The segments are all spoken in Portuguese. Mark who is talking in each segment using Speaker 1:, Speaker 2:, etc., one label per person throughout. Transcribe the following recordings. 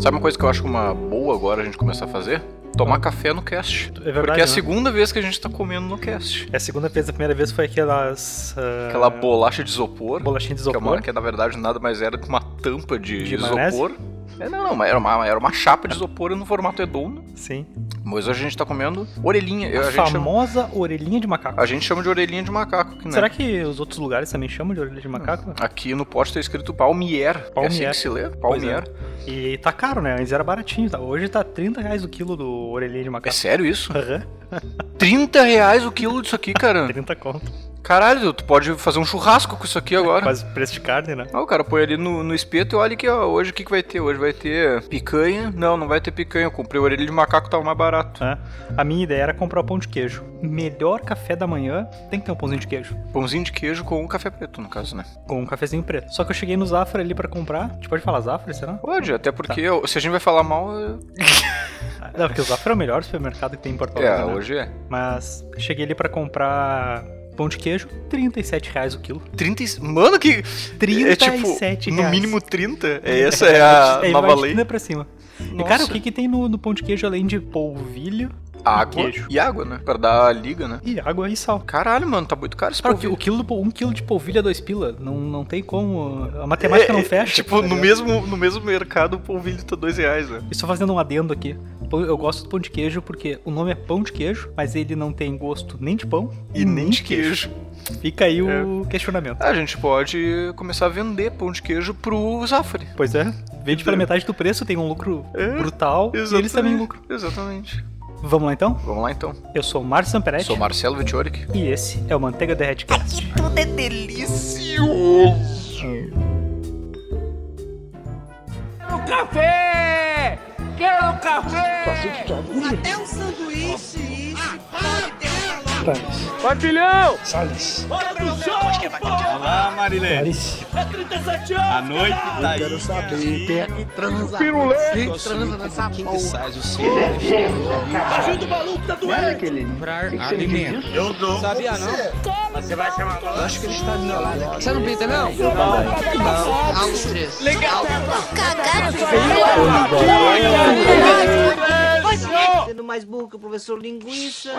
Speaker 1: Sabe uma coisa que eu acho uma boa agora a gente começar a fazer? Tomar café no cast.
Speaker 2: Ah. É verdade.
Speaker 1: Porque é a
Speaker 2: né?
Speaker 1: segunda vez que a gente tá comendo no cast.
Speaker 2: É a segunda vez, a primeira vez foi aquelas. ah,
Speaker 1: Aquela bolacha de isopor,
Speaker 2: bolachinha de
Speaker 1: que é
Speaker 2: isopor.
Speaker 1: uma que na verdade nada mais era que uma tampa de,
Speaker 2: De maionese?
Speaker 1: isopor. É, não, não, mas era uma, era uma chapa de isopor no formato Edona.
Speaker 2: Sim.
Speaker 1: Mas hoje a gente tá comendo orelhinha. Eu-
Speaker 2: a
Speaker 1: a, gente chama,
Speaker 2: famosa orelhinha de macaco.
Speaker 1: a gente chama de orelhinha de macaco. Que, né?
Speaker 2: Será que os outros lugares também chamam de orelha de macaco?
Speaker 1: Aqui no poste tá escrito Palmier. É assim
Speaker 2: Palmier.
Speaker 1: que se lê?
Speaker 2: Pois é.
Speaker 1: Palmier.
Speaker 2: E tá caro, né? Antes era baratinho. Tá? Hoje tá 30 reais o quilo do orelhinha de
Speaker 1: É
Speaker 2: macaco.
Speaker 1: sério isso?
Speaker 2: Aham,
Speaker 1: 30 reais o quilo disso aqui, cara.
Speaker 2: 30 conto.
Speaker 1: Caralho, tu pode fazer um churrasco com isso aqui agora.
Speaker 2: Quase preço de carne, né?
Speaker 1: Ah, o cara põe ali no, no espeto e olha aqui, ó. Hoje o que, que vai ter? Hoje vai ter picanha? Não, não vai ter picanha. Eu comprei o orelha de macaco, tava mais barato.
Speaker 2: Né? A minha ideia era comprar o pão de queijo. Melhor café da manhã tem que ter um pãozinho de queijo.
Speaker 1: Pãozinho de queijo com café preto, no caso, né?
Speaker 2: Com um cafezinho preto. Só que eu cheguei no Zafra ali pra comprar. A gente pode falar Zafra, será?
Speaker 1: Pode, até porque eu- se a gente vai falar mal. eu-
Speaker 2: Ah, Não, porque o Zafra é o melhor supermercado que tem em Porto Alegre.
Speaker 1: É,
Speaker 2: né?
Speaker 1: hoje é.
Speaker 2: Mas cheguei ali pra comprar pão de queijo, R$ 37 reais o quilo.
Speaker 1: 30 e... Mano, que. é tipo,
Speaker 2: 37
Speaker 1: no
Speaker 2: reais.
Speaker 1: mínimo 30. É, essa é a
Speaker 2: É,
Speaker 1: nova
Speaker 2: vai de
Speaker 1: lei.
Speaker 2: China pra cima. E
Speaker 1: Nossa.
Speaker 2: cara, o que que tem no, no pão de queijo além de polvilho
Speaker 1: Água
Speaker 2: queijo?
Speaker 1: e água, né? Pra dar a liga, né?
Speaker 2: e água e sal?
Speaker 1: Caralho, mano, tá muito caro esse
Speaker 2: Cara, o
Speaker 1: polvilho.
Speaker 2: qui- o quilo do, pol- um quilo de polvilho é dois pila. Não, não tem como. A matemática não fecha.
Speaker 1: Tipo,
Speaker 2: tá
Speaker 1: no
Speaker 2: ligado?
Speaker 1: mesmo, no mesmo mercado o polvilho tá dois reais, né?
Speaker 2: E só fazendo um adendo aqui. pão- Eu gosto do pão de queijo porque o nome é pão de queijo, mas ele não tem gosto nem de pão
Speaker 1: E nem de queijo. É.
Speaker 2: Fica aí o questionamento.
Speaker 1: A gente pode começar a vender pão de queijo pro Zafari.
Speaker 2: Pois é, vende pela metade do preço, tem um lucro
Speaker 1: É,
Speaker 2: brutal e eles também lucram.
Speaker 1: Exatamente.
Speaker 2: Vamos lá então?
Speaker 1: Vamos lá então.
Speaker 2: Eu sou o Márcio Samperetti
Speaker 1: Sou Marcelo Vitioric.
Speaker 2: e esse é o Manteiga da Redcast.
Speaker 1: Tudo é delicioso.
Speaker 3: café! Quero café!
Speaker 4: Até um sanduíche, isso pode ter um valor.
Speaker 3: Patilhão!
Speaker 5: Olá, Marilene.
Speaker 3: É 37 anos!
Speaker 5: A noite tá aí. Quero saber quem é que transa. Pirulê. Quem transa nessa Quem que sai do seu?
Speaker 3: Ajuda o maluco, tá doendo!
Speaker 5: Alimento.
Speaker 6: Sabia não? Você vai chamar Eu acho que ele está do meu lado aqui. Você não pinta, não? Não. Não. Aos três.
Speaker 4: Sendo mais burro que o professor Linguiça.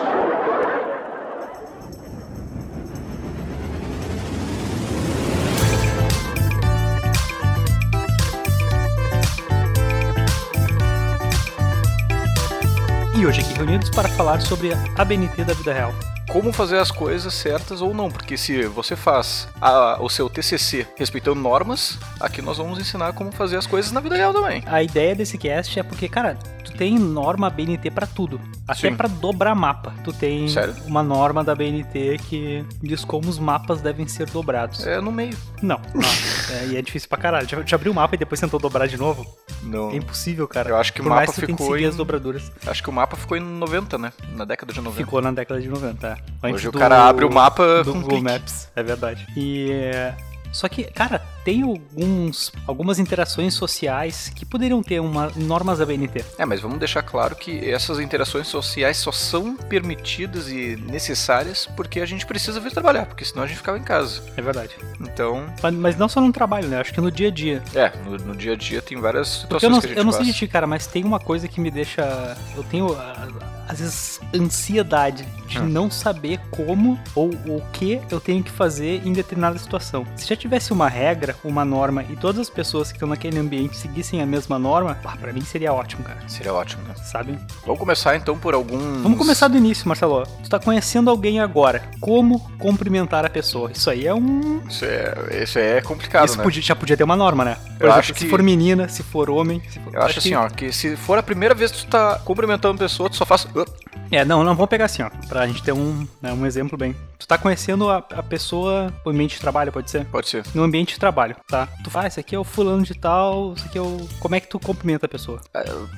Speaker 2: E hoje aqui reunidos para falar sobre a BNT da vida real.
Speaker 1: Como fazer as coisas certas ou não, porque se você faz a- o seu TCC respeitando normas, aqui nós vamos ensinar como fazer as coisas na vida real também.
Speaker 2: A ideia desse cast é porque, cara, tu tem norma BNT pra tudo. Até
Speaker 1: Sim.
Speaker 2: pra dobrar mapa. Tu tem
Speaker 1: Sério?
Speaker 2: uma norma da BNT que diz como os mapas devem ser dobrados.
Speaker 1: É no meio.
Speaker 2: Não, não. É, e é difícil pra caralho. Já, já abriu o mapa e depois tentou dobrar de novo?
Speaker 1: Não.
Speaker 2: É impossível, cara.
Speaker 1: Eu acho que o
Speaker 2: Por
Speaker 1: mapa
Speaker 2: mais que tu tente
Speaker 1: ficou
Speaker 2: seguir
Speaker 1: em-
Speaker 2: as dobraduras.
Speaker 1: Acho que o mapa ficou em 90, né? Na década de 90.
Speaker 2: Ficou na década de 90. é. Antes
Speaker 1: Hoje o
Speaker 2: do-
Speaker 1: cara abre o mapa
Speaker 2: do
Speaker 1: com um
Speaker 2: Google
Speaker 1: clique.
Speaker 2: Maps, é verdade. E é, só que, cara, tem alguns algumas interações sociais que poderiam ter uma normas da BNT.
Speaker 1: É, mas vamos deixar claro que essas interações sociais só são permitidas e necessárias porque a gente precisa vir trabalhar, porque senão a gente ficava em casa.
Speaker 2: É verdade.
Speaker 1: Então,
Speaker 2: Mas, mas não só no trabalho, né? Acho que no dia a dia.
Speaker 1: é, no, no dia a dia tem várias
Speaker 2: Porque eu
Speaker 1: situações
Speaker 2: não,
Speaker 1: que a gente
Speaker 2: eu não sei
Speaker 1: passa.
Speaker 2: de ti, cara, mas tem uma coisa que me deixa. Eu tenho, ah, às vezes, ansiedade de
Speaker 1: Hum.
Speaker 2: não saber como ou o que eu tenho que fazer em determinada situação. Se já tivesse uma regra, uma norma, e todas as pessoas que estão naquele ambiente seguissem a mesma norma, ah, pra mim seria ótimo, cara.
Speaker 1: Seria ótimo, né?
Speaker 2: Sabe?
Speaker 1: Vamos começar então por alguns.
Speaker 2: Vamos começar do início, Marcelo. Tu tá conhecendo alguém agora. Como cumprimentar a pessoa? Isso aí é um.
Speaker 1: Isso é, isso é complicado,
Speaker 2: Isso
Speaker 1: né?
Speaker 2: podia- já podia ter uma norma, né?
Speaker 1: Eu acho
Speaker 2: se
Speaker 1: que-
Speaker 2: for menina, se for homem. se for-
Speaker 1: Eu acho assim,
Speaker 2: que-
Speaker 1: ó, que se for a primeira vez que tu tá cumprimentando a pessoa, tu só faz. "Ah",
Speaker 2: É, não, não, vamos pegar assim, ó. Pra gente ter um, né, um exemplo bem. Tu tá conhecendo a, a pessoa no ambiente de trabalho, pode ser?
Speaker 1: Pode ser.
Speaker 2: No ambiente de trabalho, tá? Tu faz, ah, esse aqui é o fulano de tal, isso aqui é o. Como é que tu cumprimenta a pessoa?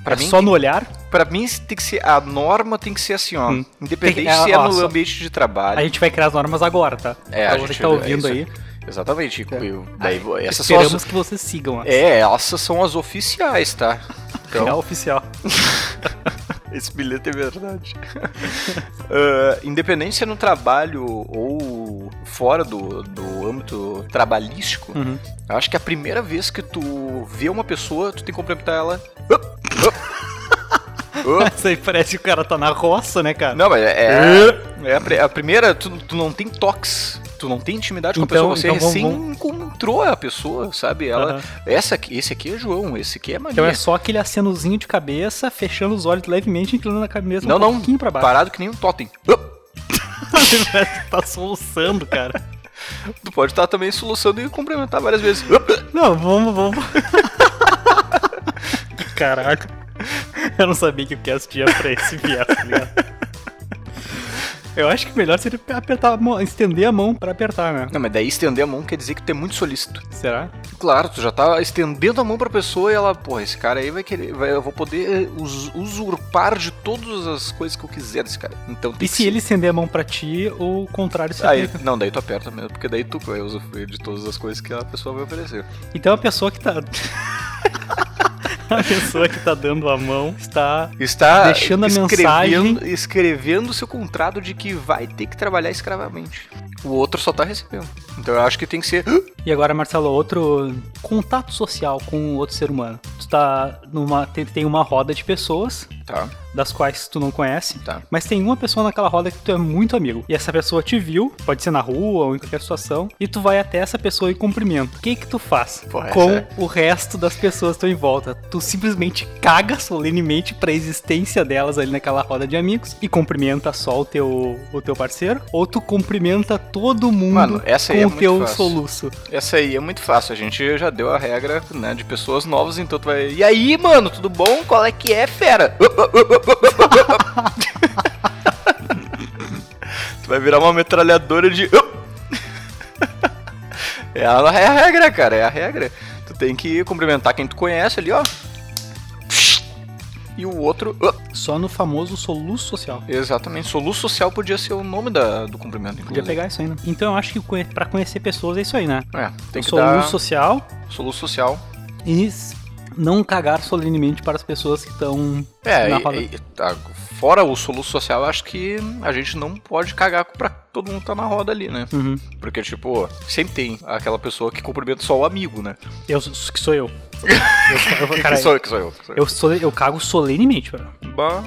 Speaker 1: Pra,
Speaker 2: é
Speaker 1: mim,
Speaker 2: só no olhar?
Speaker 1: pra mim, tem que ser. A norma tem que ser assim, ó.
Speaker 2: Hum.
Speaker 1: Independente
Speaker 2: Tem que-
Speaker 1: se é
Speaker 2: ó,
Speaker 1: no
Speaker 2: só-
Speaker 1: ambiente de trabalho.
Speaker 2: A gente vai criar as normas agora, tá?
Speaker 1: É, a
Speaker 2: pra você
Speaker 1: gente-
Speaker 2: que tá ouvindo
Speaker 1: é
Speaker 2: aí.
Speaker 1: isso Exatamente. e- e- Daí, essas são
Speaker 2: É. Esperamos
Speaker 1: as,
Speaker 2: que vocês sigam, ó.
Speaker 1: É, essas são as oficiais, tá?
Speaker 2: É
Speaker 1: Então,
Speaker 2: oficial.
Speaker 1: esse bilhete é verdade. Ah, independente se é no trabalho ou fora do, do âmbito trabalhístico,
Speaker 2: Uhum.
Speaker 1: eu acho que a primeira vez que tu vê uma pessoa, tu tem que cumprimentar ela. Up, up, up.
Speaker 2: Isso aí parece que o cara tá na roça, né, cara?
Speaker 1: Não, mas é. é a, pri- a primeira, tu, tu não tem toques. Tu não tem intimidade com
Speaker 2: Então-
Speaker 1: a pessoa. Você
Speaker 2: então vamos-
Speaker 1: recém encontrou a pessoa, sabe? Ela.
Speaker 2: Aham.
Speaker 1: Essa, aqui- esse aqui é João, esse aqui é Maria.
Speaker 2: Então é só aquele acenozinho de cabeça, fechando os olhos levemente, inclinando a cabeça
Speaker 1: não,
Speaker 2: um
Speaker 1: não.
Speaker 2: pouquinho pra baixo.
Speaker 1: Parado que nem um totem. Up.
Speaker 2: Parece que tá soluçando, cara.
Speaker 1: Tu pode estar também soluçando e cumprimentar várias vezes. Up.
Speaker 2: Não, vamos, vamos. Caraca. Eu não sabia que o cast ia pra esse viés, tá ligado? Eu acho que o melhor seria apertar a mão, estender a mão pra apertar, né?
Speaker 1: Não, mas daí estender a mão quer dizer que tu é muito solícito.
Speaker 2: Será?
Speaker 1: Claro, tu já tá estendendo a mão pra pessoa e ela, porra, esse cara aí vai querer. vai- eu vou poder eh, us- usurpar de todas as coisas que eu quiser desse cara. Então tem que
Speaker 2: E se
Speaker 1: ser-
Speaker 2: ele estender a mão pra ti, o contrário se
Speaker 1: Aí,
Speaker 2: aplica.
Speaker 1: não, daí tu aperta mesmo, porque daí tu vai usufruir de todas as coisas que a pessoa vai oferecer.
Speaker 2: Então a pessoa que tá. a pessoa que tá dando a mão está.
Speaker 1: Está
Speaker 2: Deixando a
Speaker 1: escrevendo-
Speaker 2: mensagem.
Speaker 1: escrevendo seu contrato de que vai ter que trabalhar escravamente. O outro só tá recebendo. Então eu acho que tem que ser.
Speaker 2: E agora, Marcelo, outro contato social com outro ser humano. Tu tá numa. Tem, tem uma roda de pessoas,
Speaker 1: Tá,
Speaker 2: das quais tu não conhece.
Speaker 1: tá.
Speaker 2: Mas tem uma pessoa naquela roda que tu é muito amigo. E essa pessoa te viu, pode ser na rua ou em qualquer situação, e tu vai até essa pessoa e cumprimenta. O que que tu faz
Speaker 1: Porra,
Speaker 2: com
Speaker 1: essa é-
Speaker 2: o resto das pessoas que estão em volta? Tu simplesmente caga solenemente pra existência delas ali naquela roda de amigos e cumprimenta só o teu, o teu parceiro? Ou tu cumprimenta todo mundo
Speaker 1: Mano, essa aí
Speaker 2: com
Speaker 1: é
Speaker 2: o
Speaker 1: muito
Speaker 2: teu
Speaker 1: fácil.
Speaker 2: soluço?
Speaker 1: Essa aí é muito fácil. A gente já deu a regra, né, de pessoas novas, então tu vai. E aí, mano, tudo bom? Qual é que é, fera? tu vai virar uma metralhadora de. é, a, é a regra, cara, é a regra. Tu tem que cumprimentar quem tu conhece ali, ó. E o outro.
Speaker 2: Só no famoso soluço social.
Speaker 1: Exatamente, soluço social podia ser o nome da, do cumprimento,
Speaker 2: Podia
Speaker 1: inclusive.
Speaker 2: pegar isso ainda. Então eu acho que conhe- pra conhecer pessoas é isso aí, né?
Speaker 1: É, tem que
Speaker 2: soluço
Speaker 1: dar
Speaker 2: social,
Speaker 1: soluço social.
Speaker 2: e s- não cagar solenemente para as pessoas que estão
Speaker 1: É,
Speaker 2: na
Speaker 1: e-
Speaker 2: roda.
Speaker 1: e- tá, fora o soluço social, eu acho que a gente não pode cagar pra todo mundo que tá na roda ali, né?
Speaker 2: Uhum.
Speaker 1: Porque, tipo, sempre tem aquela pessoa que cumprimenta só o amigo, né?
Speaker 2: Eu sou- que sou eu. Eu, sou- eu vou- cara,
Speaker 1: que sou eu, que sou eu. Que sou eu.
Speaker 2: eu sou- eu cago solenemente, velho.
Speaker 1: Bah,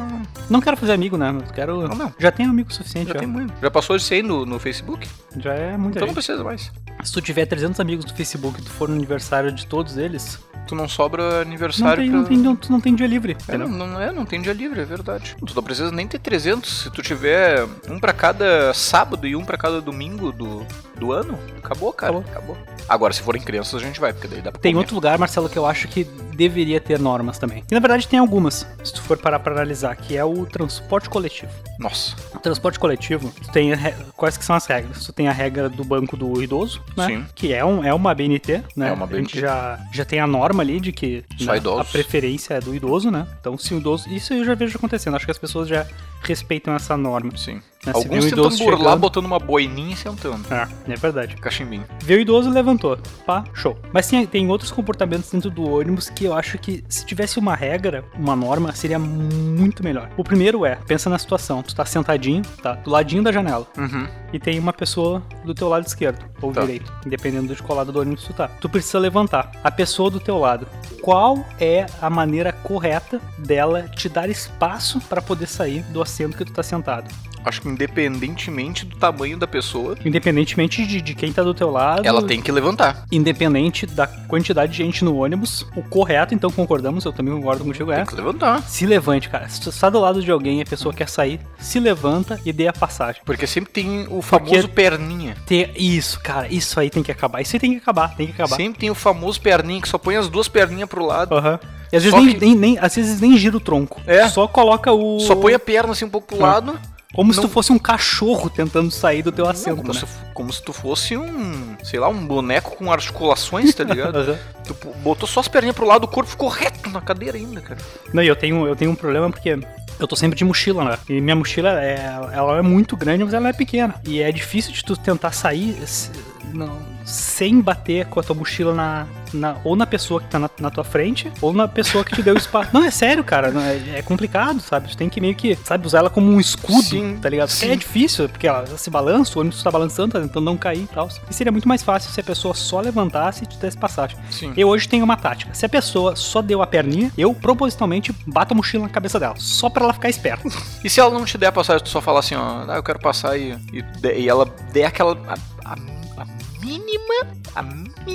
Speaker 2: Não quero fazer amigo, né? Eu quero.
Speaker 1: Não, não.
Speaker 2: Já tenho amigo suficiente,
Speaker 1: já,
Speaker 2: já,
Speaker 1: tem muito. Já passou de 100 no, no Facebook?
Speaker 2: já é muita
Speaker 1: Então não
Speaker 2: gente.
Speaker 1: precisa mais.
Speaker 2: Se tu tiver 300 amigos no Facebook e tu for no aniversário de todos eles,
Speaker 1: Tu não sobra
Speaker 2: não
Speaker 1: aniversário
Speaker 2: tem,
Speaker 1: pra...
Speaker 2: não tem, não, tu não tem dia livre,
Speaker 1: É, não,
Speaker 2: entendeu?
Speaker 1: não, é, não tem dia livre, é verdade. Tu não precisa nem ter 300. Se tu tiver um pra cada sábado e um pra cada domingo do, do ano, acabou, cara. Acabou. Agora, se forem crianças, a gente vai, porque daí dá pra
Speaker 2: Tem
Speaker 1: comer.
Speaker 2: outro lugar, Marcelo, que eu acho que deveria ter normas também. E na verdade tem algumas, se tu for parar pra analisar, que é o transporte coletivo.
Speaker 1: Nossa.
Speaker 2: Transporte coletivo, tu tem a re- quais que são as regras? Tu tem a regra do banco do idoso, né?
Speaker 1: Sim.
Speaker 2: Que é, um, é uma BNT, né?
Speaker 1: É uma
Speaker 2: A gente
Speaker 1: BNT.
Speaker 2: já, já tem a norma ali de que
Speaker 1: Só
Speaker 2: né,
Speaker 1: idosos.
Speaker 2: a preferência é do idoso, né? Então, se o idoso. Isso eu já vejo acontecendo. Acho que as pessoas já respeitam essa norma.
Speaker 1: Sim.
Speaker 2: Né, se vê
Speaker 1: Alguns
Speaker 2: um
Speaker 1: tentam
Speaker 2: idoso
Speaker 1: burlar
Speaker 2: chegando-
Speaker 1: botando uma boininha e sentando.
Speaker 2: É, é verdade.
Speaker 1: Cachimbinho.
Speaker 2: Vê o idoso, levantou. Pá, show. Mas tem, tem outros comportamentos dentro do ônibus que eu acho que se tivesse uma regra, uma norma, seria muito melhor. O primeiro é, pensa na situação. Tu tá sentadinho, tá? Do ladinho da janela.
Speaker 1: Uhum.
Speaker 2: e tem uma pessoa do teu lado esquerdo ou
Speaker 1: Tá.
Speaker 2: direito, dependendo de qual lado do ônibus tu tá. Tu precisa levantar a pessoa do teu lado. Qual é a maneira correta dela te dar espaço pra poder sair do assento que tu tá sentado?
Speaker 1: Acho que independentemente do tamanho da pessoa,
Speaker 2: Tá Independentemente de, de quem tá do teu lado,
Speaker 1: ela tem que levantar.
Speaker 2: independente da quantidade de gente no ônibus, o correto, então concordamos, eu também concordo contigo, é.
Speaker 1: Tem que levantar.
Speaker 2: Se levante, cara. Se tu está do lado de alguém e a pessoa quer sair, se levanta e dê a passagem.
Speaker 1: Porque sempre tem o famoso perninha.
Speaker 2: Ter isso, cara, isso aí tem que acabar. Isso aí tem que acabar, tem que acabar.
Speaker 1: Sempre tem o famoso perninha que só põe as duas perninhas pro lado.
Speaker 2: Aham. E às
Speaker 1: Só
Speaker 2: vezes, nem,
Speaker 1: que-
Speaker 2: nem- nem- às vezes nem gira o tronco.
Speaker 1: É.
Speaker 2: Só coloca o.
Speaker 1: Só põe a perna assim um pouco pro
Speaker 2: Ah.
Speaker 1: lado.
Speaker 2: Como se
Speaker 1: não-
Speaker 2: tu fosse um cachorro tentando sair do teu
Speaker 1: Não, tá
Speaker 2: assento,
Speaker 1: como,
Speaker 2: né?
Speaker 1: se, como se tu fosse um, sei lá, um boneco com articulações, tá ligado?
Speaker 2: Aham.
Speaker 1: tu p- botou só as perninhas pro lado, o corpo ficou reto na cadeira ainda, cara.
Speaker 2: Não, e eu tenho, eu tenho um problema porque eu tô sempre de mochila, né? E minha mochila é, ela é muito grande, mas ela é pequena. E é difícil de tu tentar sair se- não, sem bater com a tua mochila na, na- ou na pessoa que tá na, na tua frente, ou na pessoa que te deu o espaço. não, é sério, cara. não, é, é complicado, sabe? Tu tem que meio que, sabe, usar ela como um escudo,
Speaker 1: Sim,
Speaker 2: tá ligado?
Speaker 1: sim.
Speaker 2: É difícil, porque ela se balança, o ônibus tá balançando, tá tentando não cair e tal. E seria muito mais fácil se a pessoa só levantasse e te desse passagem.
Speaker 1: Sim.
Speaker 2: Eu hoje tenho uma tática. Se a pessoa só deu a perninha, eu propositalmente bato a mochila na cabeça dela, só pra ela ficar esperta.
Speaker 1: E se ela não te der a passagem, tu só falar assim, ó, ah, eu quero passar e, e, de- e ela der aquela. A, a- a mínima. A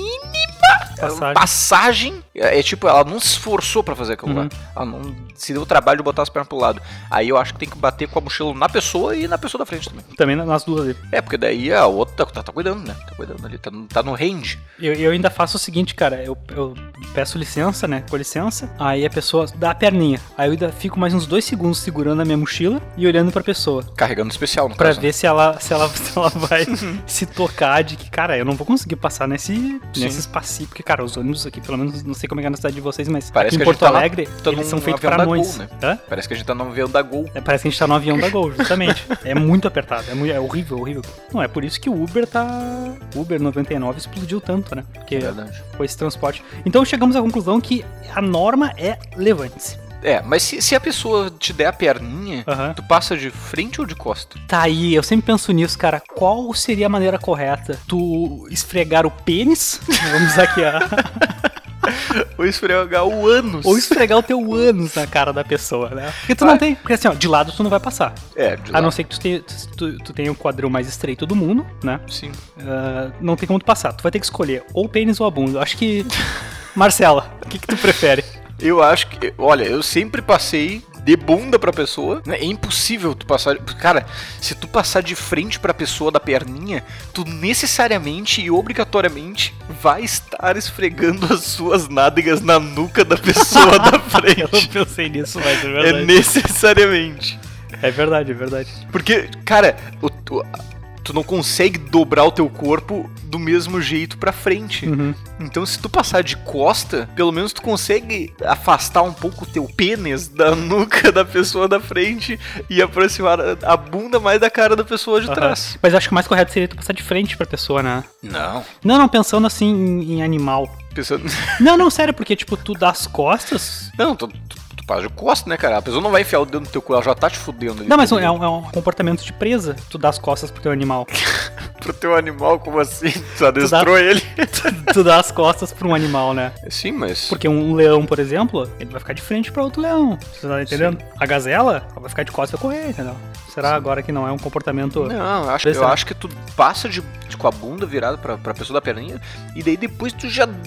Speaker 1: mínima
Speaker 2: Passagem.
Speaker 1: passagem. É, é tipo, ela não se esforçou pra fazer aquilo
Speaker 2: Uhum.
Speaker 1: lá. Ela não se deu o trabalho de botar as pernas pro lado. Aí eu acho que tem que bater com a mochila na pessoa e na pessoa da frente também.
Speaker 2: Também nas duas ali.
Speaker 1: É, porque daí a outra tá, tá- tá cuidando, né? Tá cuidando ali, tá, no- tá no range.
Speaker 2: Eu, eu ainda faço o seguinte, cara, eu, eu peço licença, né? Com licença. Aí a pessoa dá a perninha. Aí eu ainda fico mais uns dois segundos segurando a minha mochila e olhando pra pessoa.
Speaker 1: Carregando especial, no
Speaker 2: Pra
Speaker 1: caso, né?
Speaker 2: ver se ela, se, ela, se ela vai se tocar de que, cara, eu não vou conseguir passar nesse,
Speaker 1: Sim.
Speaker 2: nesse espacinho. Porque, cara, os ônibus aqui, pelo menos, não sei como é que é na cidade de vocês, mas
Speaker 1: Parece
Speaker 2: aqui
Speaker 1: que
Speaker 2: em
Speaker 1: a gente
Speaker 2: Porto
Speaker 1: tá na-
Speaker 2: Alegre,
Speaker 1: tá
Speaker 2: eles
Speaker 1: num
Speaker 2: são feitos
Speaker 1: avião
Speaker 2: pra
Speaker 1: da Gol,
Speaker 2: nós.
Speaker 1: né?
Speaker 2: Hã?
Speaker 1: Parece que a gente tá no avião da Gol.
Speaker 2: É, Parece que a gente tá no avião da Gol, justamente. é muito apertado, é, muito, é horrível, horrível. Não, é por isso que o Uber tá. Uber 99 explodiu tanto, né? Porque
Speaker 1: Verdade.
Speaker 2: foi esse transporte. Então chegamos à conclusão que a norma é levante-se.
Speaker 1: É, mas se, se a pessoa te der a perninha,
Speaker 2: Aham.
Speaker 1: tu passa de frente ou de costa?
Speaker 2: Tá aí, eu sempre penso nisso, cara. Qual seria a maneira correta? Tu esfregar o pênis? Vamos é, usar aqui a.
Speaker 1: Ou esfregar o ânus.
Speaker 2: Ou esfregar o teu ânus na cara da pessoa, né? Porque tu não
Speaker 1: Vai.
Speaker 2: tem. Porque assim, ó, de lado tu não vai passar.
Speaker 1: É, de
Speaker 2: A
Speaker 1: lá.
Speaker 2: Ah, não ser que tu tenha, tu, tu tenha o quadril mais estreito do mundo, né?
Speaker 1: Sim.
Speaker 2: Ah, não tem como tu passar. Tu vai ter que escolher ou o pênis ou a bunda. Eu acho que. Marcela, o que, que tu prefere?
Speaker 1: Eu acho que. Olha, eu sempre passei de bunda pra pessoa. né? É impossível tu passar. Cara, se tu passar de frente pra pessoa da perninha, tu necessariamente e obrigatoriamente vai estar esfregando as suas nádegas na nuca da pessoa da frente.
Speaker 2: pensei nisso, mas é
Speaker 1: É necessariamente.
Speaker 2: É, verdade, é verdade.
Speaker 1: Porque, cara, o- tu, tu não consegue dobrar o teu corpo do mesmo jeito pra frente.
Speaker 2: Uhum.
Speaker 1: Então, se tu passar de costa, pelo menos tu consegue afastar um pouco o teu pênis da nuca da pessoa da frente e aproximar a- a bunda mais da cara da pessoa de
Speaker 2: Aham.
Speaker 1: trás.
Speaker 2: Mas eu acho que o mais correto seria tu passar de frente pra pessoa, né?
Speaker 1: Não.
Speaker 2: Não, não, pensando assim em, em animal.
Speaker 1: Pessoa...
Speaker 2: Não, não, sério, porque, tipo, tu dá as costas.
Speaker 1: Não, tu, tu, tu passa de costa, né, cara? A pessoa não vai enfiar o dedo no teu cu, ela já tá te fudendo ali.
Speaker 2: Não, mas é um,
Speaker 1: entendeu?
Speaker 2: é um comportamento de presa. Tu dá as costas pro teu animal.
Speaker 1: Pro teu animal, como assim? Tu já destrói ele.
Speaker 2: tu dá as costas pra um animal, né?
Speaker 1: Sim, mas...
Speaker 2: Porque um leão, por exemplo, ele vai ficar de frente pra outro leão. Você tá entendendo? A gazela, ela vai ficar de costas pra correr, entendeu? Será agora que não é um comportamento.
Speaker 1: Não, eu acho, eu
Speaker 2: Pensando.
Speaker 1: acho que tu passa de, de- com a bunda virada pra, pra pessoa da perninha e daí depois tu já dá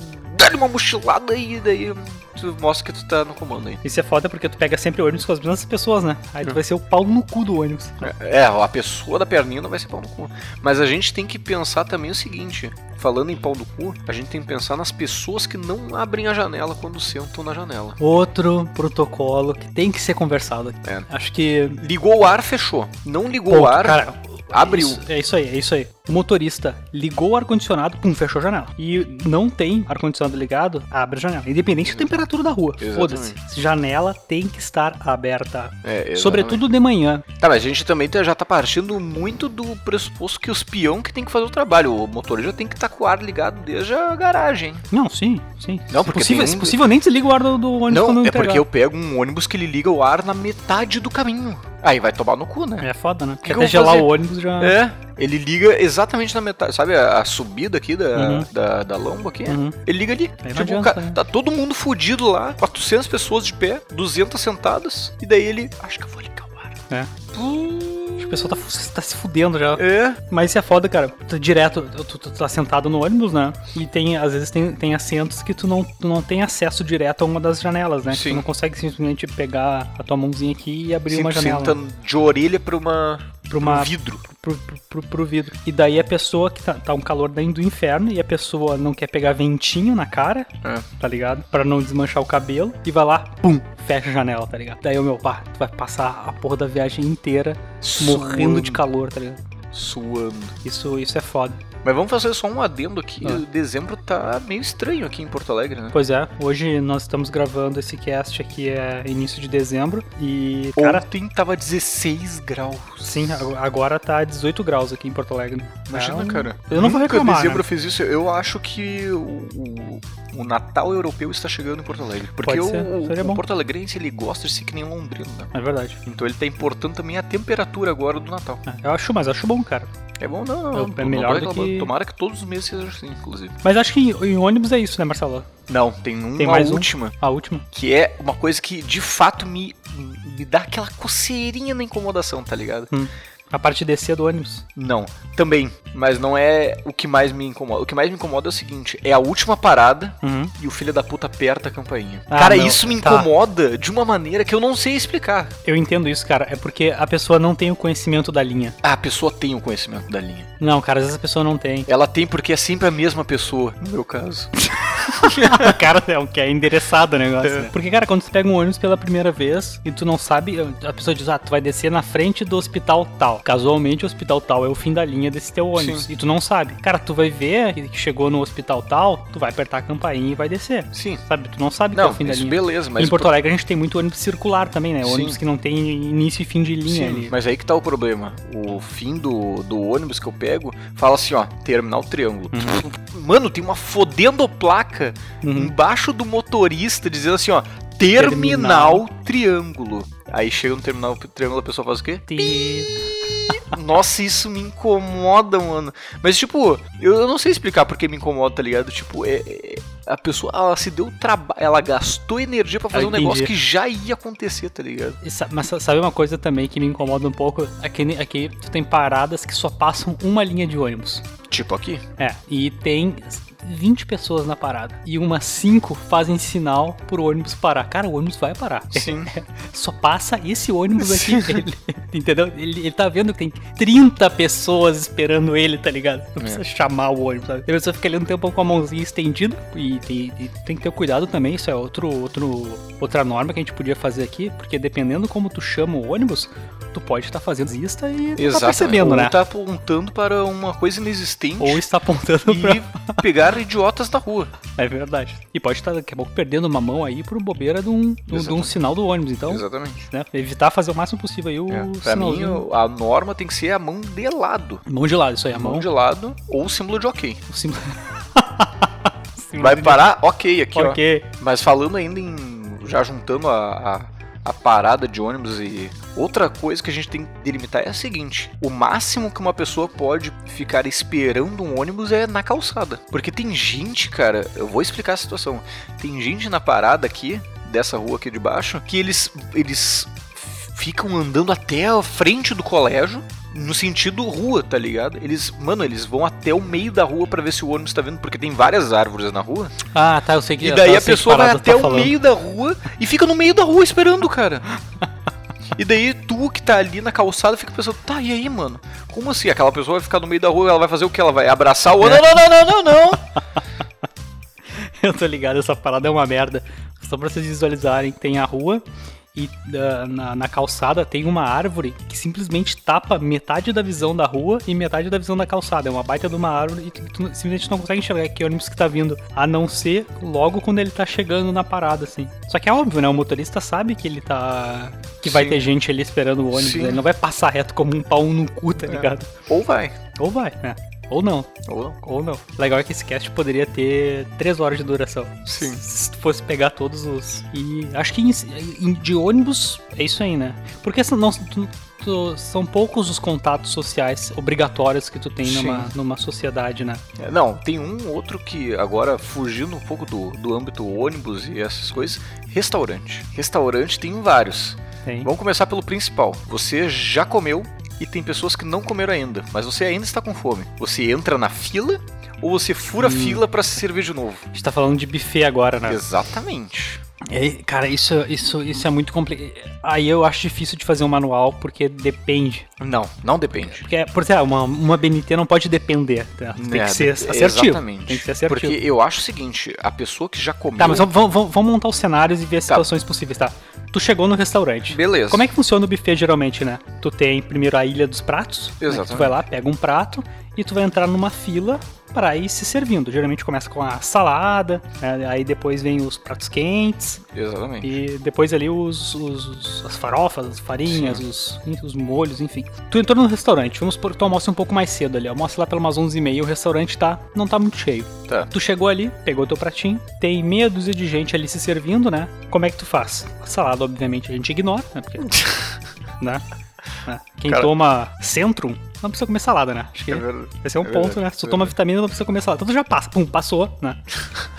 Speaker 1: uma mochilada e daí tu mostra que tu tá no comando aí.
Speaker 2: Isso é foda porque tu pega sempre ônibus com as mesmas pessoas, né? Aí tu vai ser o pau no cu do ônibus.
Speaker 1: É, a pessoa da perninha não vai ser pau no cu. Mas a gente tem que pensar também o seguinte: falando em pau no cu, a gente tem que pensar nas pessoas que não abrem a janela quando sentam na janela.
Speaker 2: Outro protocolo que tem que ser conversado.
Speaker 1: É.
Speaker 2: Acho que.
Speaker 1: Ligou o ar, fechou. Não ligou
Speaker 2: Pô,
Speaker 1: o ar,
Speaker 2: cara,
Speaker 1: abriu.
Speaker 2: Isso- é isso aí, é isso aí. O motorista ligou o ar-condicionado, pum, fechou a janela. E não tem ar-condicionado ligado, abre a janela. Independente da temperatura da rua. Foda-se.
Speaker 1: Exatamente.
Speaker 2: Janela tem que estar aberta.
Speaker 1: É, exatamente.
Speaker 2: Sobretudo de manhã.
Speaker 1: Tá, mas a gente também tá- já tá partindo muito do pressuposto que os peão que tem que fazer o trabalho. O motor já tem que estar com o ar ligado desde a garagem.
Speaker 2: Não, sim, sim.
Speaker 1: Não,
Speaker 2: se
Speaker 1: porque
Speaker 2: possível,
Speaker 1: tem
Speaker 2: se
Speaker 1: um-
Speaker 2: possível nem desliga o ar do, do ônibus quando
Speaker 1: Não, é
Speaker 2: entregar.
Speaker 1: porque eu pego um ônibus que ele liga o ar na metade do caminho. Aí vai tomar no cu, né?
Speaker 2: É foda, né? Porque
Speaker 1: que eu
Speaker 2: até
Speaker 1: vou
Speaker 2: gelar
Speaker 1: fazer?
Speaker 2: o ônibus já...
Speaker 1: É, ele liga exatamente na metade. Sabe a, a subida aqui da,
Speaker 2: Uhum.
Speaker 1: da, da lomba aqui?
Speaker 2: Uhum.
Speaker 1: Ele liga ali.
Speaker 2: Aí não
Speaker 1: Tipo,
Speaker 2: adianta,
Speaker 1: cara,
Speaker 2: né?
Speaker 1: tá todo mundo fudido lá, 400 pessoas de pé, 200 sentadas, e daí ele, acho que eu vou ligar o ar.
Speaker 2: É.
Speaker 1: Pum.
Speaker 2: Acho que o pessoal tá, fu- tá se fudendo já.
Speaker 1: É,
Speaker 2: Mas isso é foda, cara. Tu, direto, tu, tu- tu tá sentado no ônibus, né? E tem, às vezes tem, tem assentos que tu não, tu não tem acesso direto a uma das janelas, né? Que
Speaker 1: Sim.
Speaker 2: Tu não consegue simplesmente pegar a tua mãozinha aqui e abrir
Speaker 1: Sim,
Speaker 2: uma
Speaker 1: tu
Speaker 2: janela
Speaker 1: senta de orelha pra uma,
Speaker 2: Pra uma-
Speaker 1: pra um vidro.
Speaker 2: pro, pro- pro- pro vidro. E daí a pessoa que tá, tá um calor daí do inferno e a pessoa não quer pegar ventinho na cara,
Speaker 1: É.
Speaker 2: tá ligado? Pra não desmanchar o cabelo. E vai lá, pum, fecha a janela, tá ligado? Daí o meu pá, tu vai passar a porra da viagem inteira morrendo de calor, tá ligado?
Speaker 1: Suando.
Speaker 2: Isso, isso é foda.
Speaker 1: Mas vamos fazer só um adendo aqui.
Speaker 2: Ah.
Speaker 1: O dezembro tá meio estranho aqui em Porto Alegre, né?
Speaker 2: Pois é, hoje nós estamos gravando esse cast aqui é início de dezembro e cara,
Speaker 1: Ontem tava 16 graus.
Speaker 2: sim, ag- agora tá 18 graus aqui em Porto Alegre.
Speaker 1: Imagina,
Speaker 2: É um-
Speaker 1: cara.
Speaker 2: Eu não vou
Speaker 1: Nunca
Speaker 2: reclamar.
Speaker 1: dezembro
Speaker 2: né?
Speaker 1: eu fiz isso. Eu acho que o, o- o Natal europeu está chegando em Porto Alegre. Porque
Speaker 2: Pode ser,
Speaker 1: o,
Speaker 2: seria
Speaker 1: o
Speaker 2: bom.
Speaker 1: Porto Alegrense ele gosta de ser que nem um londrino, né?
Speaker 2: É verdade.
Speaker 1: Então ele tá importando também a temperatura agora do Natal.
Speaker 2: É, Eu acho, mas eu acho bom, cara.
Speaker 1: É bom, não, não.
Speaker 2: É,
Speaker 1: não
Speaker 2: é
Speaker 1: tô
Speaker 2: melhor do
Speaker 1: reclamando.
Speaker 2: que-
Speaker 1: Tomara que todos os meses sejam assim, inclusive.
Speaker 2: Mas acho que em, em ônibus é isso, né, Marcelo?
Speaker 1: Não, tem uma
Speaker 2: Tem mais um?
Speaker 1: última,
Speaker 2: A última.
Speaker 1: que é uma coisa que de fato me, me dá aquela coceirinha na incomodação, tá ligado?
Speaker 2: A parte descer do ônibus.
Speaker 1: Não, também, mas não é o que mais me incomoda. O que mais me incomoda é o seguinte: é a última parada
Speaker 2: Uhum.
Speaker 1: e o filho da puta aperta a campainha.
Speaker 2: Ah,
Speaker 1: Cara,
Speaker 2: não,
Speaker 1: isso me
Speaker 2: tá.
Speaker 1: incomoda de uma maneira que eu não sei explicar.
Speaker 2: Eu entendo isso, cara. É porque a pessoa não tem o conhecimento da linha.
Speaker 1: Ah, a pessoa tem o conhecimento da linha.
Speaker 2: Não, cara, às vezes a pessoa não tem.
Speaker 1: Ela tem porque é sempre a mesma pessoa, no meu caso.
Speaker 2: O cara é, um- que é endereçado o negócio, né? Porque, cara, quando tu pega um ônibus pela primeira vez e tu não sabe, a pessoa diz, ah, tu vai descer na frente do hospital tal. Casualmente, o hospital tal é o fim da linha desse teu ônibus. E tu não sabe. Cara, tu vai ver que chegou no hospital tal, tu vai apertar a campainha e vai descer.
Speaker 1: Sim.
Speaker 2: Sabe? Tu não sabe que é
Speaker 1: Não,
Speaker 2: o fim da
Speaker 1: isso
Speaker 2: linha.
Speaker 1: beleza, mas
Speaker 2: em Porto Alegre a gente tem muito ônibus circular também, né?
Speaker 1: Sim.
Speaker 2: Ônibus que não tem início e fim de
Speaker 1: Sim,
Speaker 2: linha ali.
Speaker 1: mas aí que tá o problema. O fim do, do ônibus que eu pego fala assim, ó, terminal triângulo. Mano, tem uma fodendo placa
Speaker 2: Uhum.
Speaker 1: embaixo do motorista dizendo assim, ó, terminal,
Speaker 2: Terminal.
Speaker 1: triângulo. Aí chega no terminal triângulo, a pessoa faz o quê?
Speaker 2: Ti-
Speaker 1: Nossa, isso me incomoda, mano. Mas, tipo, eu eu não sei explicar porque me incomoda, tá ligado? Tipo, é. é- A pessoa, ela se deu trabalho, ela gastou energia pra fazer um
Speaker 2: Ah, entendi.
Speaker 1: negócio que já ia acontecer, tá ligado?
Speaker 2: E sa- Mas sa- sabe uma coisa também que me incomoda um pouco? Aqui, aqui tu tem paradas que só passam uma linha de ônibus.
Speaker 1: Tipo aqui?
Speaker 2: É, e tem 20 pessoas na parada. E umas 5 fazem sinal pro ônibus parar. Cara, o ônibus vai parar. É,
Speaker 1: Sim.
Speaker 2: Tá Só passa esse ônibus aqui. Ele, entendeu? Ele, ele tá vendo que tem 30 pessoas esperando ele, tá ligado? Não
Speaker 1: É.
Speaker 2: precisa chamar o ônibus. Sabe? A pessoa fica ali um tempão com a mãozinha estendida. E tem, e tem que ter cuidado também. Isso é outro, outro, outra norma que a gente podia fazer aqui. Porque dependendo como tu chama o ônibus, tu pode estar fazendo lista e não tá
Speaker 1: Exatamente.
Speaker 2: percebendo,
Speaker 1: Ou
Speaker 2: né?
Speaker 1: tá apontando para uma coisa inexistente
Speaker 2: Ou está apontando pra
Speaker 1: e pegar idiotas na rua.
Speaker 2: É verdade. E pode estar daqui a pouco perdendo uma mão aí por bobeira de um, de um- de um
Speaker 1: Exatamente.
Speaker 2: sinal do ônibus. Então,
Speaker 1: Exatamente.
Speaker 2: né, evitar fazer o máximo possível aí o
Speaker 1: É. Pra mim,
Speaker 2: sinalzinho.
Speaker 1: a norma tem que ser a mão de lado.
Speaker 2: Mão de lado, isso aí, a
Speaker 1: A
Speaker 2: mão.
Speaker 1: mão de lado ou o símbolo de ok.
Speaker 2: o símbolo- Símbolo
Speaker 1: Vai
Speaker 2: de-
Speaker 1: parar? Ok aqui, ó.
Speaker 2: Ok.
Speaker 1: Mas falando ainda em. Já juntando a, a, a parada de ônibus e. Outra coisa que a gente tem que delimitar é a seguinte: o máximo que uma pessoa pode ficar esperando um ônibus é na calçada. Porque tem gente, cara, eu vou explicar a situação. Tem gente na parada aqui, dessa rua aqui de baixo, que eles. eles ficam andando até a frente do colégio. No sentido rua, tá ligado? Eles, mano, eles vão até o meio da rua pra ver se o ônibus tá vindo, porque tem várias árvores na rua.
Speaker 2: Ah, tá, eu sei que
Speaker 1: E
Speaker 2: eu
Speaker 1: daí
Speaker 2: tava
Speaker 1: a
Speaker 2: sem
Speaker 1: pessoa vai
Speaker 2: parada,
Speaker 1: até
Speaker 2: tá
Speaker 1: o
Speaker 2: falando.
Speaker 1: meio da rua e fica no meio da rua esperando, cara. E daí tu que tá ali na calçada fica pensando, tá, e aí, mano? Como assim? Aquela pessoa vai ficar no meio da rua, ela vai fazer o que? Ela vai abraçar o outro? Não, não, não, não, não, não.
Speaker 2: Eu tô ligado, essa parada é uma merda. Só pra vocês visualizarem, tem a rua e ah, na, na calçada tem uma árvore que simplesmente tapa metade da visão da rua e metade da visão da calçada. É uma baita de uma árvore e tu, tu simplesmente não consegue enxergar que ônibus que tá vindo, a não ser logo quando ele tá chegando na parada, assim. Só que é óbvio, né? O motorista sabe que ele tá. que vai
Speaker 1: Sim.
Speaker 2: ter gente ali esperando o ônibus. né?
Speaker 1: Sim. É.
Speaker 2: Ele não vai passar reto como um pau no cu, tá ligado?
Speaker 1: Ou vai.
Speaker 2: Ou vai, né? Ou não.
Speaker 1: Ou não.
Speaker 2: Ou não. Legal é que esse cast poderia ter 3 horas de duração.
Speaker 1: Sim.
Speaker 2: Se tu fosse pegar todos os. E acho que em- em- de ônibus é isso aí, né? Porque se não, tu- tu- são poucos os contatos sociais obrigatórios que tu tem
Speaker 1: Sim.
Speaker 2: numa, numa sociedade, né?
Speaker 1: É, Não, tem um outro que agora, fugindo um pouco do, do âmbito ônibus e essas coisas, restaurante. Restaurante tem vários.
Speaker 2: Tem.
Speaker 1: Vamos começar pelo principal. Você já comeu e tem pessoas que não comeram ainda, mas você ainda está com fome. Você entra na fila
Speaker 2: Hum.
Speaker 1: ou você fura a fila para se servir de novo?
Speaker 2: A gente tá falando de buffet agora, né?
Speaker 1: Exatamente.
Speaker 2: É, cara, isso, isso, isso é muito complicado. Aí eu acho difícil de fazer um manual, porque depende.
Speaker 1: Não, não depende.
Speaker 2: Porque, por exemplo, uma, uma BNT não pode depender. tá? Tem
Speaker 1: É,
Speaker 2: que ser
Speaker 1: de-
Speaker 2: assertivo.
Speaker 1: Exatamente.
Speaker 2: Tem que ser assertivo.
Speaker 1: Porque eu acho o seguinte, a pessoa que já comeu...
Speaker 2: Tá, mas vamos, vamos- vamos montar os cenários e ver as
Speaker 1: Tá.
Speaker 2: situações possíveis, tá? Tu chegou no restaurante.
Speaker 1: Beleza.
Speaker 2: Como é que funciona o buffet geralmente, né? Tu tem primeiro a ilha dos pratos. né, que
Speaker 1: Exatamente.
Speaker 2: Tu vai lá, pega um prato e tu vai entrar numa fila para ir se servindo. Geralmente começa com a salada, né, aí depois vem os pratos quentes
Speaker 1: Exatamente.
Speaker 2: e depois ali os, os- os- as farofas, as farinhas, os, os molhos, enfim. Tu entrou no restaurante, vamos por tu almoça um pouco mais cedo ali, almoça lá pelas umas 11h30, o restaurante tá, não tá muito cheio.
Speaker 1: Tá.
Speaker 2: Tu chegou ali, pegou teu pratinho, tem meia dúzia de gente ali se servindo, né? Como é que tu faz? A salada, obviamente, a gente ignora, né? Porque. né? Né? Quem
Speaker 1: Cara.
Speaker 2: toma Centrum não precisa comer salada, né? Acho que
Speaker 1: É verdade.
Speaker 2: esse é um
Speaker 1: É
Speaker 2: ponto,
Speaker 1: verdade,
Speaker 2: né?
Speaker 1: é
Speaker 2: Se tu toma vitamina, não precisa comer salada. Então tu já passa, pum, passou, né?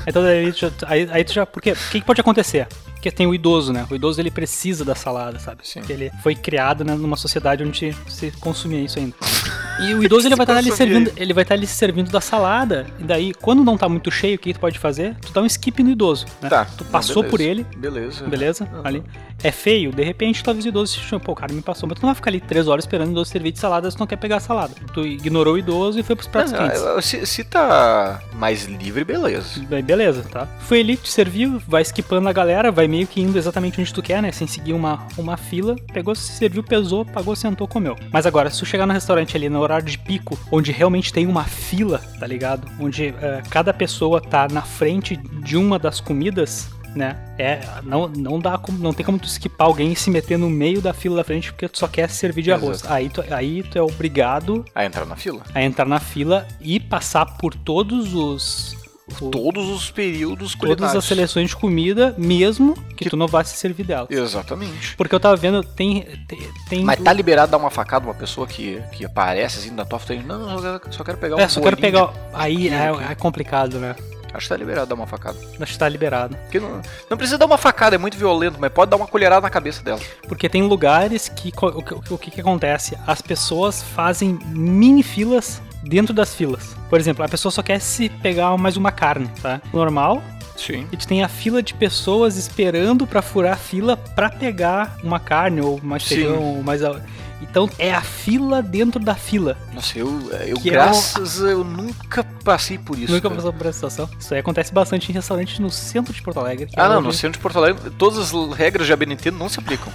Speaker 2: Então daí tu já- aí, aí tu já. Por quê? O que, que pode acontecer? Porque tem o idoso, né? O idoso ele precisa da salada, sabe?
Speaker 1: Sim.
Speaker 2: Porque ele foi criado né, numa sociedade onde se consumia isso ainda. E o idoso ele vai estar ali
Speaker 1: consumia
Speaker 2: servindo, ele vai estar ali se servindo da salada. E daí, quando não tá muito cheio, o que, que tu pode fazer? Tu dá um skip no idoso, né?
Speaker 1: Tá.
Speaker 2: Tu
Speaker 1: não,
Speaker 2: passou por
Speaker 1: beleza.
Speaker 2: ele,
Speaker 1: Beleza.
Speaker 2: Beleza? Ali. É feio, de repente talvez o idoso se chama, pô, o cara me passou, mas tu não vai ficar ali três horas esperando o idoso servir de salada se tu não quer pegar a salada. Tu ignorou o idoso e foi pros pratos quentes.
Speaker 1: Ah, Se, se tá mais livre, beleza.
Speaker 2: Bem, Beleza, tá? Foi ali, te serviu, vai skipando a galera, vai meio que indo exatamente onde tu quer, né? Sem seguir uma, uma fila. Pegou, se serviu, pesou, pagou, sentou, comeu. Mas agora, se tu chegar no restaurante ali no horário de pico, onde realmente tem uma fila, tá ligado? Onde eh, cada pessoa tá na frente de uma das comidas. Né? É, não, não dá como- não tem como tu skipar alguém e se meter no meio da fila da frente porque tu só quer servir de arroz.
Speaker 1: Exato.
Speaker 2: Aí tu, aí tu é obrigado
Speaker 1: Aí entrar na fila.
Speaker 2: a entrar na fila e passar por todos os. o-
Speaker 1: Todos os períodos
Speaker 2: todas as
Speaker 1: culinários.
Speaker 2: seleções de comida, mesmo que,
Speaker 1: Que-
Speaker 2: tu não vá se servir delas.
Speaker 1: Exatamente.
Speaker 2: Porque eu tava vendo, tem. tem, tem-
Speaker 1: Mas tá liberado dar uma facada uma pessoa que, que aparece assim na tua frente? Não, não, só quero, só quero pegar um
Speaker 2: é, só quero
Speaker 1: bolinho.
Speaker 2: pegar. Aí é, é complicado, né?
Speaker 1: Acho que tá liberado dar uma facada.
Speaker 2: Acho que tá liberado.
Speaker 1: Porque não, não precisa dar uma facada, é muito violento, mas pode dar uma colherada na cabeça dela.
Speaker 2: Porque tem lugares que. co- O, que- o que, que acontece? As pessoas fazem mini filas dentro das filas. Por exemplo, a pessoa só quer se pegar mais uma carne, tá? Normal.
Speaker 1: Sim.
Speaker 2: E tu tem a fila de pessoas esperando pra furar a fila pra pegar uma carne ou mais
Speaker 1: Sim.
Speaker 2: feijão ou mais. al- Então é a fila dentro da fila.
Speaker 1: Nossa, eu, eu
Speaker 2: Que é
Speaker 1: graças eu nunca passei por isso. é.
Speaker 2: Nunca
Speaker 1: cara.
Speaker 2: passou por essa situação. Isso aí acontece bastante em restaurantes no centro de Porto Alegre. que
Speaker 1: Ah,
Speaker 2: é
Speaker 1: não,
Speaker 2: onde-
Speaker 1: no centro de Porto Alegre, todas as regras de ABNT não se aplicam.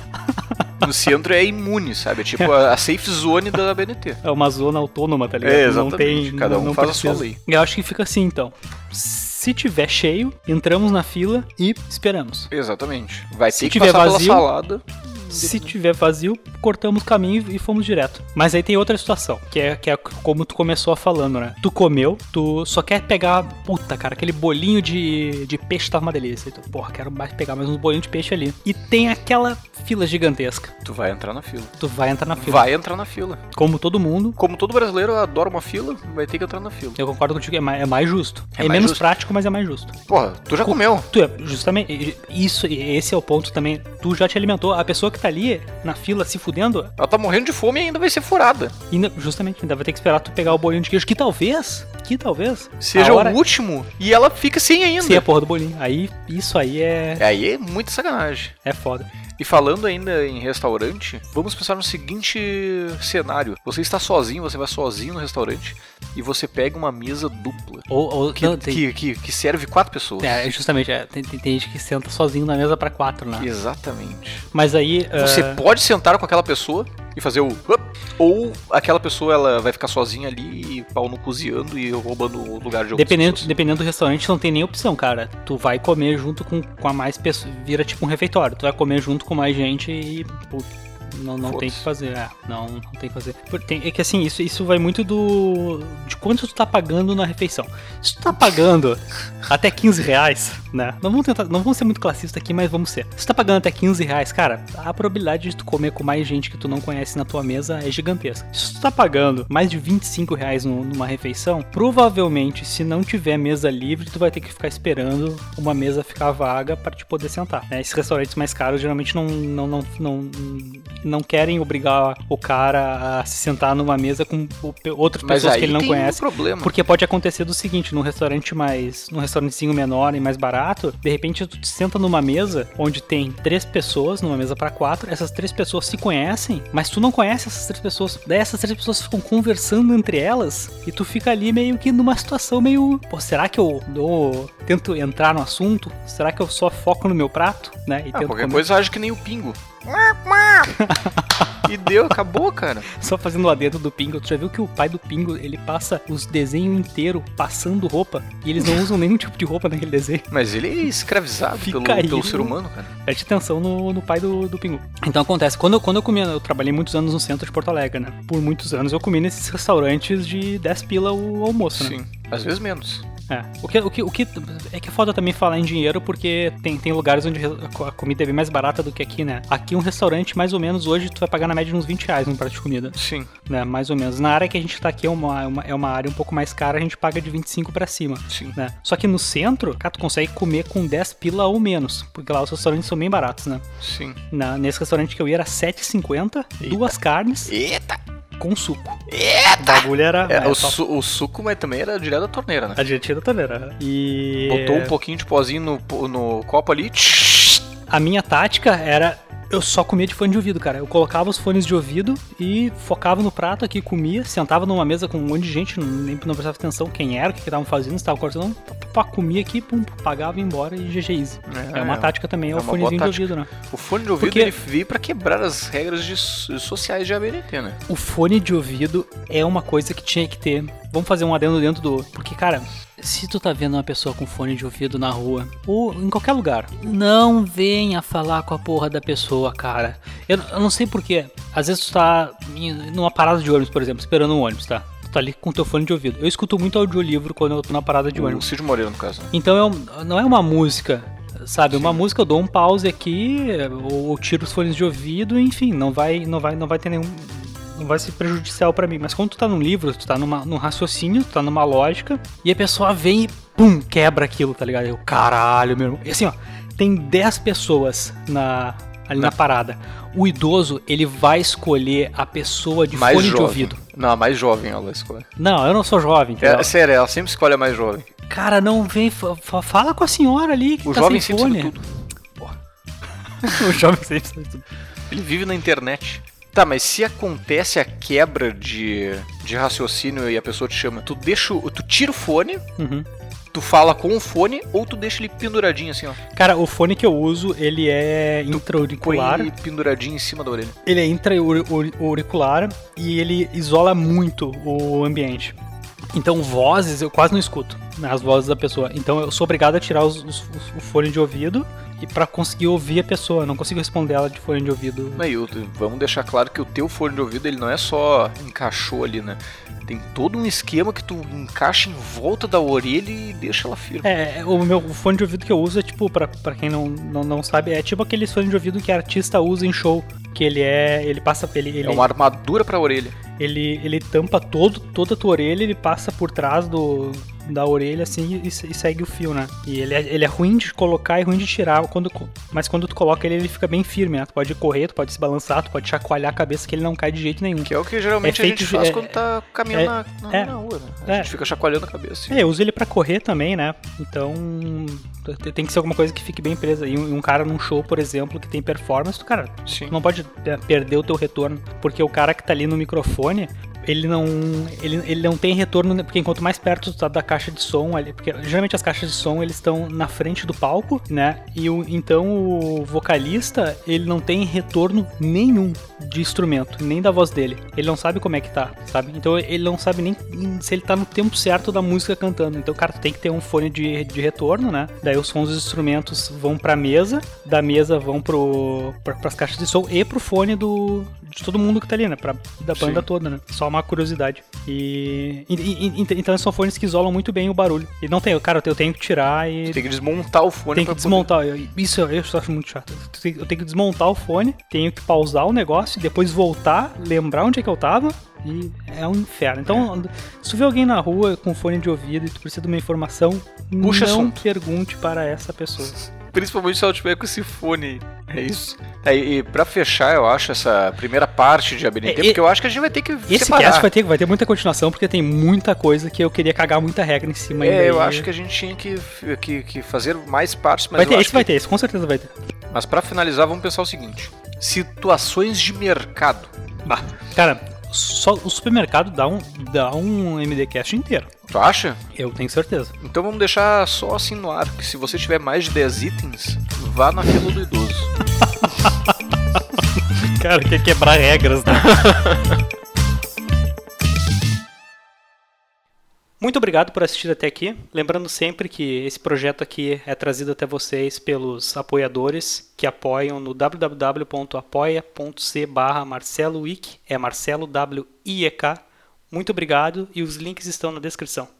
Speaker 1: No centro é imune, sabe? É tipo a, a safe zone da ABNT.
Speaker 2: É uma zona autônoma, tá ligado?
Speaker 1: É,
Speaker 2: não
Speaker 1: exatamente.
Speaker 2: tem.
Speaker 1: Cada
Speaker 2: não-
Speaker 1: um
Speaker 2: não
Speaker 1: faz a sua
Speaker 2: precisa.
Speaker 1: lei.
Speaker 2: Eu acho que fica assim, então. Se tiver cheio, entramos na fila e esperamos.
Speaker 1: Exatamente. Vai
Speaker 2: Se
Speaker 1: ter que
Speaker 2: tiver
Speaker 1: passar
Speaker 2: vazio-
Speaker 1: pela salada.
Speaker 2: Se tiver vazio, cortamos o caminho e fomos direto. Mas aí tem outra situação, que é, que é como tu começou a falando, né? Tu comeu, tu só quer pegar, puta, cara, aquele bolinho de, de peixe tava uma delícia. E tu, porra, quero mais pegar mais uns bolinhos de peixe ali. E tem aquela fila gigantesca.
Speaker 1: Tu vai entrar na fila.
Speaker 2: Tu vai entrar na fila.
Speaker 1: Vai entrar na fila.
Speaker 2: Como todo mundo,
Speaker 1: Como todo brasileiro adora uma fila, vai ter que entrar na fila.
Speaker 2: Eu concordo contigo, é mais, é mais justo.
Speaker 1: É
Speaker 2: É,
Speaker 1: mais
Speaker 2: menos
Speaker 1: justo.
Speaker 2: prático, mas é mais justo.
Speaker 1: Porra, tu já comeu.
Speaker 2: Tu é, justamente, e- e- isso, e esse é o ponto também. Tu já te alimentou. A pessoa que tá ali na fila se fudendo,
Speaker 1: Ela tá morrendo de fome e ainda vai ser furada.
Speaker 2: ainda, justamente, ainda vai ter que esperar tu pegar o bolinho de queijo, que talvez, que talvez,
Speaker 1: Seja
Speaker 2: a hora
Speaker 1: o último e ela fica sem ainda.
Speaker 2: se a porra do bolinho. Aí, isso aí é,
Speaker 1: Aí é muita sacanagem.
Speaker 2: é foda.
Speaker 1: E falando ainda em restaurante, vamos pensar no seguinte cenário. Você está sozinho, você vai sozinho no restaurante e você pega uma mesa dupla.
Speaker 2: Ou, ou
Speaker 1: Que,
Speaker 2: não, tem-
Speaker 1: que, que- que serve quatro pessoas.
Speaker 2: é, justamente, é, tem, tem- tem gente que senta sozinho na mesa pra quatro, né?
Speaker 1: Exatamente.
Speaker 2: Mas aí.
Speaker 1: Você
Speaker 2: ah,
Speaker 1: pode sentar com aquela pessoa e fazer o. "Hup", Ou aquela pessoa ela vai ficar sozinha ali e pau no cozinhando e roubando o lugar de outras
Speaker 2: Dependendo,
Speaker 1: pessoas.
Speaker 2: dependendo do restaurante, não tem nem opção, cara. Tu vai comer junto com, com a mais pessoa. Vira tipo um refeitório. Tu vai comer junto com mais gente e. pô, não, não tem o que
Speaker 1: Foda-se.
Speaker 2: fazer. É, não, não tem o que fazer. Por- tem- é que assim, isso, isso vai muito do. de quanto tu tá pagando na refeição. Se tu tá pagando até 15 reais, né? Não vamos, tentar, não vamos ser muito classista aqui, mas vamos ser. Se tu tá pagando até 15 reais, cara, a probabilidade de tu comer com mais gente que tu não conhece na tua mesa é gigantesca. Se tu tá pagando mais de 25 reais num- numa refeição, provavelmente, se não tiver mesa livre, tu vai ter que ficar esperando uma mesa ficar vaga pra te poder sentar. né? Esses restaurantes mais caros geralmente não, não, não, não, não querem obrigar o cara a se sentar numa mesa com o- pe- outras
Speaker 1: Mas
Speaker 2: pessoas
Speaker 1: aí
Speaker 2: que ele não
Speaker 1: tem um
Speaker 2: conhece.
Speaker 1: problema.
Speaker 2: Porque pode acontecer do seguinte, num restaurante mais. num restaurantezinho menor e mais barato, de repente tu te senta numa mesa onde tem três pessoas, numa mesa pra quatro, essas três pessoas se conhecem, mas tu não conhece essas três pessoas. Daí essas três pessoas ficam conversando entre elas e tu fica ali meio que numa situação meio. Pô, será que eu dou. tento entrar no assunto? Será que eu só foco no meu prato? Né? E
Speaker 1: Ah,
Speaker 2: tento
Speaker 1: qualquer
Speaker 2: comer?
Speaker 1: coisa age que nem o pingo. e deu, acabou, cara.
Speaker 2: Só fazendo o adendo do Pingo, tu já viu que o pai do Pingo, ele passa os desenhos inteiro passando roupa e eles não usam nenhum tipo de roupa naquele desenho.
Speaker 1: Mas ele é escravizado pelo,
Speaker 2: Fica aí, né?
Speaker 1: pelo ser
Speaker 2: viu?
Speaker 1: humano, cara.
Speaker 2: Preste atenção no, no pai do, do Pingu. Então acontece, quando eu, quando eu comia, eu trabalhei muitos anos no centro de Porto Alegre, né? Por muitos anos eu comi nesses restaurantes de 10 pila o almoço, né?
Speaker 1: Sim. Às vezes menos.
Speaker 2: É. O que, o, que, o que é que é foda também falar em dinheiro, porque tem, tem lugares onde a co- a comida é bem mais barata do que aqui, né? Aqui um restaurante, mais ou menos, hoje tu vai pagar na média uns 20 reais num prato de comida,
Speaker 1: Sim,
Speaker 2: né? Mais ou menos. Na área que a gente tá aqui, é uma, é uma, é uma área um pouco mais cara, a gente paga de 25 pra cima
Speaker 1: sim.
Speaker 2: né? Só que no centro, cara, tu consegue comer com 10 pila ou menos, porque lá os restaurantes são bem baratos, né?
Speaker 1: Sim.
Speaker 2: Na- nesse restaurante que eu ia era 7,50, duas carnes
Speaker 1: Eita!
Speaker 2: com suco. Eita! O bagulho era.
Speaker 1: É,
Speaker 2: é,
Speaker 1: o,
Speaker 2: top.
Speaker 1: su- o suco mas também era direto da torneira, né?
Speaker 2: A Argentina também era. E.
Speaker 1: Botou um pouquinho de pozinho no, po- no copo ali. tsh,
Speaker 2: A minha tática era. Eu só comia de fone de ouvido, cara. Eu colocava os fones de ouvido e focava no prato aqui, comia, sentava numa mesa com um monte de gente, não- nem não prestava atenção quem era, o que que estavam fazendo, se estavam cortando. Pá, pá, pá, Comia aqui, pum, pagava e ia embora e GG Easy. É, uma tática também, é,
Speaker 1: é
Speaker 2: o
Speaker 1: uma boa
Speaker 2: fonezinho de
Speaker 1: tática.
Speaker 2: ouvido, né?
Speaker 1: O fone de ouvido
Speaker 2: Porque-
Speaker 1: ele veio pra quebrar as regras de so- sociais de ABNT, né?
Speaker 2: o fone de ouvido é uma coisa que tinha que ter. Vamos fazer um adendo dentro do. Porque, cara, se tu tá vendo uma pessoa com fone de ouvido na rua, ou em qualquer lugar, não venha falar com a porra da pessoa, cara. Eu, eu não sei porquê. Às vezes tu tá em- numa parada de ônibus, por exemplo, esperando um ônibus, tá? Tu tá ali com teu fone de ouvido. Eu escuto muito audiolivro quando eu tô na parada de
Speaker 1: O
Speaker 2: ônibus.
Speaker 1: Cid Moreira, no caso. né?
Speaker 2: Então eu- não é uma música, sabe? Uma música eu dou um pause aqui, ou, ou tiro os fones de ouvido, enfim, não vai, não vai, não vai ter nenhum. Não vai ser prejudicial pra mim. Mas quando tu tá num livro, tu tá numa, num raciocínio, tu tá numa lógica, e a pessoa vem e pum, quebra aquilo, tá ligado? Eu, caralho, meu irmão. E assim, ó, tem 10 pessoas na. Ali na parada. O idoso, ele vai escolher a pessoa de
Speaker 1: Mais
Speaker 2: fone de
Speaker 1: jovem.
Speaker 2: ouvido.
Speaker 1: Não, a mais jovem ela escolhe.
Speaker 2: Não, eu não sou jovem,
Speaker 1: É,
Speaker 2: entendeu?
Speaker 1: sério, ela sempre escolhe a mais jovem.
Speaker 2: Cara, não vem. fa- fa- Fala com a senhora ali que
Speaker 1: O
Speaker 2: tá
Speaker 1: jovem
Speaker 2: sem
Speaker 1: sempre sabe
Speaker 2: fone.
Speaker 1: tudo.
Speaker 2: o jovem sempre sabe tudo.
Speaker 1: Ele vive na internet. Tá, mas se acontece a quebra de, de raciocínio e a pessoa te chama, tu deixa, o- tu tira o fone,
Speaker 2: Uhum.
Speaker 1: tu fala com o fone ou tu deixa ele penduradinho assim, ó.
Speaker 2: Cara, o fone que eu uso, ele é
Speaker 1: Põe
Speaker 2: intra-auricular.
Speaker 1: ele penduradinho em cima da orelha.
Speaker 2: Ele é intra-auricular e ele isola muito o ambiente. Então, vozes eu quase não escuto, né, as vozes da pessoa. Então, eu sou obrigado a tirar os- os- os- o fone de ouvido e para conseguir ouvir a pessoa. Eu não consigo responder ela de fone de ouvido.
Speaker 1: Não, e o- vamos deixar claro que o teu fone de ouvido ele não é só encaixou ali, né? Tem todo um esquema que tu encaixa em volta da orelha e deixa ela firme.
Speaker 2: É, o meu o fone de ouvido que eu uso é tipo, pra, pra quem não, não, não sabe, é tipo aquele fone de ouvido que artista usa em show. Que ele é. Ele passa. Ele, ele,
Speaker 1: É uma armadura pra orelha.
Speaker 2: ele, ele tampa todo, toda a tua orelha, ele passa por trás do, da orelha assim e, se- e segue o fio, né? E ele é, ele é ruim de colocar e ruim de tirar, quando, co- mas quando tu coloca ele, ele fica bem firme, né? Tu pode correr, tu pode se balançar, tu pode chacoalhar a cabeça que ele não cai de jeito nenhum.
Speaker 1: Que é o que geralmente
Speaker 2: É
Speaker 1: a gente
Speaker 2: feito de-
Speaker 1: faz
Speaker 2: é-
Speaker 1: quando tá caminhando
Speaker 2: é-
Speaker 1: na, na,
Speaker 2: é.
Speaker 1: na rua, né? A
Speaker 2: É.
Speaker 1: gente fica chacoalhando a cabeça.
Speaker 2: É, eu uso ele pra correr também, né? Então te- tem que ser alguma coisa que fique bem presa. E um, e um cara num show, por exemplo, que tem performance, tu, cara,
Speaker 1: Sim.
Speaker 2: tu não pode é, perder o teu retorno, porque o cara que tá ali no microfone, ele não ele, ele não tem retorno, né? porque quanto mais perto tu tá da caixa de som ali, porque geralmente as caixas de som eles estão na frente do palco, né? E o, então o vocalista, ele não tem retorno nenhum de instrumento, nem da voz dele. Ele não sabe como é que tá, sabe? Então ele não sabe nem se ele tá no tempo certo da música cantando. Então, cara, tu tem que ter um fone de, de retorno, né? Daí os sons dos instrumentos vão pra mesa, da mesa vão pro, pra, pras caixas de som e pro fone do, de todo mundo que tá ali, né? Pra, da banda toda, né? Só uma curiosidade. E, e- e- e- Então são fones que isolam muito bem o barulho. E não tem, cara, eu tenho que tirar e.
Speaker 1: Tem que desmontar o fone
Speaker 2: Tem
Speaker 1: pra
Speaker 2: que
Speaker 1: poder-
Speaker 2: desmontar. Eu- Isso eu eu só acho muito chato. Eu tenho- Eu tenho que desmontar o fone, tenho que pausar o negócio, depois voltar, lembrar onde é que eu tava. E é um inferno. Então, se tu vê alguém na rua com fone de ouvido e tu precisa de uma informação,
Speaker 1: Puxa
Speaker 2: não
Speaker 1: assunto.
Speaker 2: pergunte para essa pessoa.
Speaker 1: Principalmente se ela tiver com esse fone. aí. É isso. É, e pra fechar, eu acho, essa primeira parte de ABNT,
Speaker 2: É, e-
Speaker 1: porque eu acho que a gente vai ter que
Speaker 2: Esse
Speaker 1: separar.
Speaker 2: cast vai ter, vai ter muita continuação, porque tem muita coisa que eu queria cagar muita regra em cima ainda.
Speaker 1: É, eu
Speaker 2: e-
Speaker 1: acho que a gente tinha que, que, que fazer mais partes, mas
Speaker 2: Vai
Speaker 1: eu
Speaker 2: ter,
Speaker 1: acho
Speaker 2: esse vai ter, esse com certeza vai ter.
Speaker 1: que- Mas pra finalizar, vamos pensar o seguinte. Situações de mercado. Bah,
Speaker 2: Cara, só o supermercado dá um, dá um MDcast inteiro.
Speaker 1: tu acha?
Speaker 2: Eu tenho certeza.
Speaker 1: Então vamos deixar só assim no ar, que se você tiver mais de 10 itens, vá na fila do idoso.
Speaker 2: Cara, quer quebrar regras, né? Muito obrigado por assistir até aqui. Lembrando sempre que esse projeto aqui é trazido até vocês pelos apoiadores que apoiam no www.apoia.c barra marcelowick, é Marcelo W-I-E-K. Muito obrigado e os links estão na descrição.